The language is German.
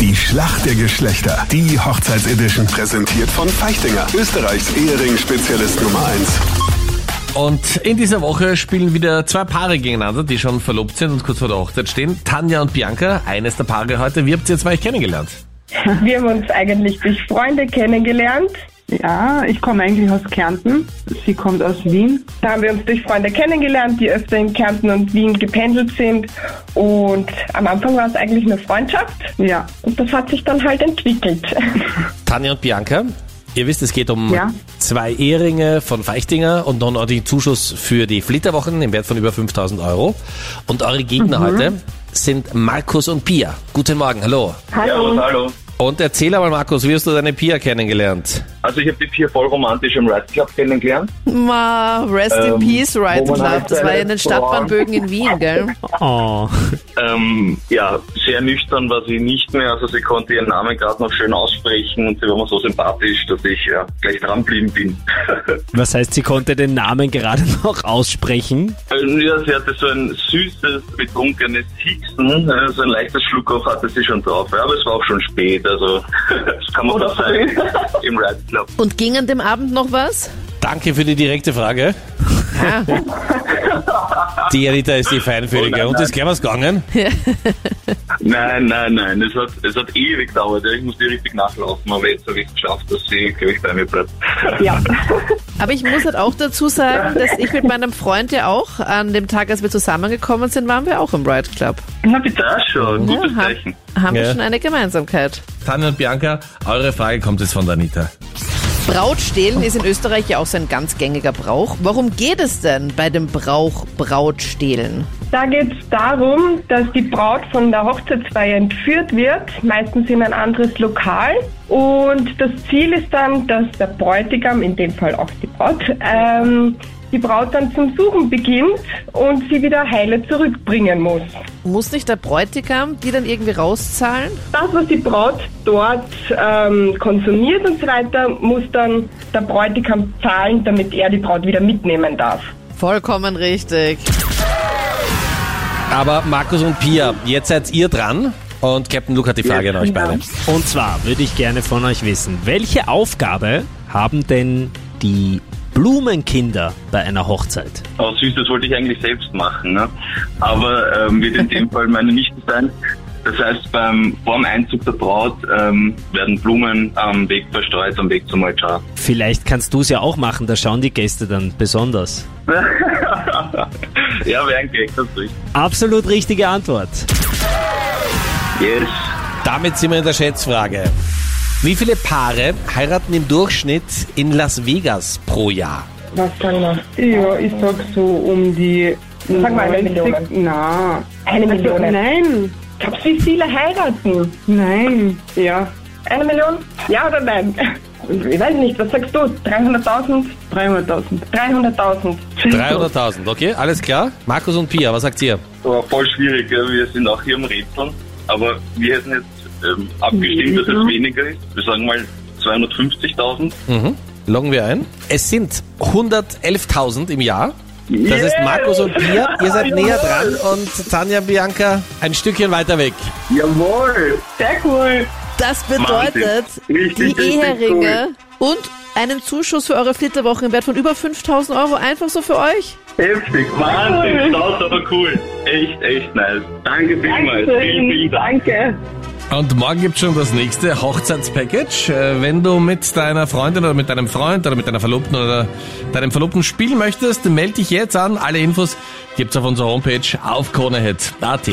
Die Schlacht der Geschlechter. Die Hochzeitsedition präsentiert von Feichtinger. Österreichs Ehering-Spezialist Nummer 1. Und in dieser Woche spielen wieder zwei Paare gegeneinander, die schon verlobt sind und kurz vor der Hochzeit stehen. Tanja und Bianca, eines der Paare heute. Wie habt ihr zwei euch kennengelernt? Wir haben uns eigentlich durch Freunde kennengelernt. Ja, ich komme eigentlich aus Kärnten. Sie kommt aus Wien. Da haben wir uns durch Freunde kennengelernt, die öfter in Kärnten und Wien gependelt sind. Und am Anfang war es eigentlich eine Freundschaft. Ja, Und das hat sich dann halt entwickelt. Tanja und Bianca, ihr wisst, es geht um Ja. zwei Eheringe von Feichtinger und noch den Zuschuss für die Flitterwochen im Wert von über 5000 Euro. Und eure Gegner heute sind Markus und Pia. Guten Morgen, hallo. Servus, hallo. Und erzähl einmal, Markus, wie hast du deine Pia kennengelernt? Also ich habe die vier voll romantisch im Ride Club kennengelernt. Ma, rest in Ähm, peace, Ride wo man Club. halt Das war ja seine in Frauen- den Stadtbahnbögen in Wien, gell? Oh. Ähm, ja, sehr nüchtern war sie nicht mehr. Also sie konnte ihren Namen gerade noch schön aussprechen und sie war mir so sympathisch, dass ich ja, gleich dranblieben bin. Was heißt, sie konnte den Namen gerade noch aussprechen? Ähm, ja, sie hatte so ein süßes, betrunkenes Hicksen. äh, So ein leichtes Schluckauf hatte sie schon drauf. Ja, aber es war auch schon spät. Also das kann man Oder verzeihen im Ride Club. Und ging an dem Abend noch was? Danke für die direkte Frage. Die Anita ist die Feinfühlige. Oh nein, und ist gleich was gegangen? Nein, nein, nein. Es hat, es hat ewig gedauert. Ich musste richtig nachlaufen. Aber jetzt habe ich es geschafft, dass sie, glaube ich, bei mir bleibt. Ja. Aber ich muss halt auch dazu sagen, dass ich mit meinem Freund ja auch an dem Tag, als wir zusammengekommen sind, waren wir auch im Ride Club. Na bitte. Das schon. Ja, Gutes Zeichen. haben, haben wir Ja. schon eine Gemeinsamkeit. Tanja und Bianca, eure Frage kommt jetzt von der Anita. Braut stehlen ist in Österreich ja auch so ein ganz gängiger Brauch. Warum geht es denn bei dem Brauch Braut stehlen? Da geht es darum, dass die Braut von der Hochzeitsfeier entführt wird, meistens in ein anderes Lokal. Und das Ziel ist dann, dass der Bräutigam, in dem Fall auch die Braut, ähm, die Braut dann zum Suchen beginnt und sie wieder heile zurückbringen muss. Muss nicht der Bräutigam die dann irgendwie rauszahlen? Das, was die Braut dort ähm, konsumiert und so weiter, muss dann der Bräutigam zahlen, damit er die Braut wieder mitnehmen darf. Vollkommen richtig. Aber Markus und Pia, jetzt seid ihr dran. Und Captain Luke hat die Frage an euch beide. Und zwar würde ich gerne von euch wissen, welche Aufgabe haben denn die Blumenkinder bei einer Hochzeit? Oh, süß, das wollte ich eigentlich selbst machen, ne? Aber ähm, wird in dem Fall meine Nichte sein. Das heißt, beim, vorm Einzug der Braut ähm, werden Blumen am Weg verstreut, am Weg zum Altar. Vielleicht kannst du es ja auch machen, da schauen die Gäste dann besonders. ja, wäre ein Gag, das ist richtig. Absolut richtige Antwort. Yes. Damit sind wir in der Schätzfrage. Wie viele Paare heiraten im Durchschnitt in Las Vegas pro Jahr? Was kann man? ja ich sag so um die Sag mal eine 90. Na, Eine also, Million. nein, Glaubst du, wie viele heiraten? nein, ja, Eine Million? Ja oder nein? Ich weiß nicht, was sagst du? 300.000? 300.000. 300.000. 300.000, Mhm. okay, alles klar. Markus und Pia, was sagt ihr? War voll schwierig, gell? wir sind auch hier im Rätseln. Aber wir hätten jetzt ähm, abgestimmt, dass es weniger ist. Wir sagen mal 250.000. Mhm. Loggen wir ein. Es sind 111.000 im Jahr. Das ist Markus und Pia, ihr seid näher dran und Tanja Bianca ein Stückchen weiter weg. Jawohl! Sehr cool. Das bedeutet, Wahnsinn. Richtig, die richtig Eheringe und einen Zuschuss für eure Flitterwochen im Wert von über 5000 Euro einfach so für euch. Heftig, Wahnsinn, das ist aber cool. Echt, echt nice. Danke vielmals, vielen, vielen Dank. Danke. Und morgen gibt's schon das nächste Hochzeitspackage. Äh, Wenn du mit deiner Freundin oder mit deinem Freund oder mit deiner Verlobten oder deinem Verlobten spielen möchtest, melde dich jetzt an. Alle Infos gibt's auf unserer Homepage auf KroneHit.at.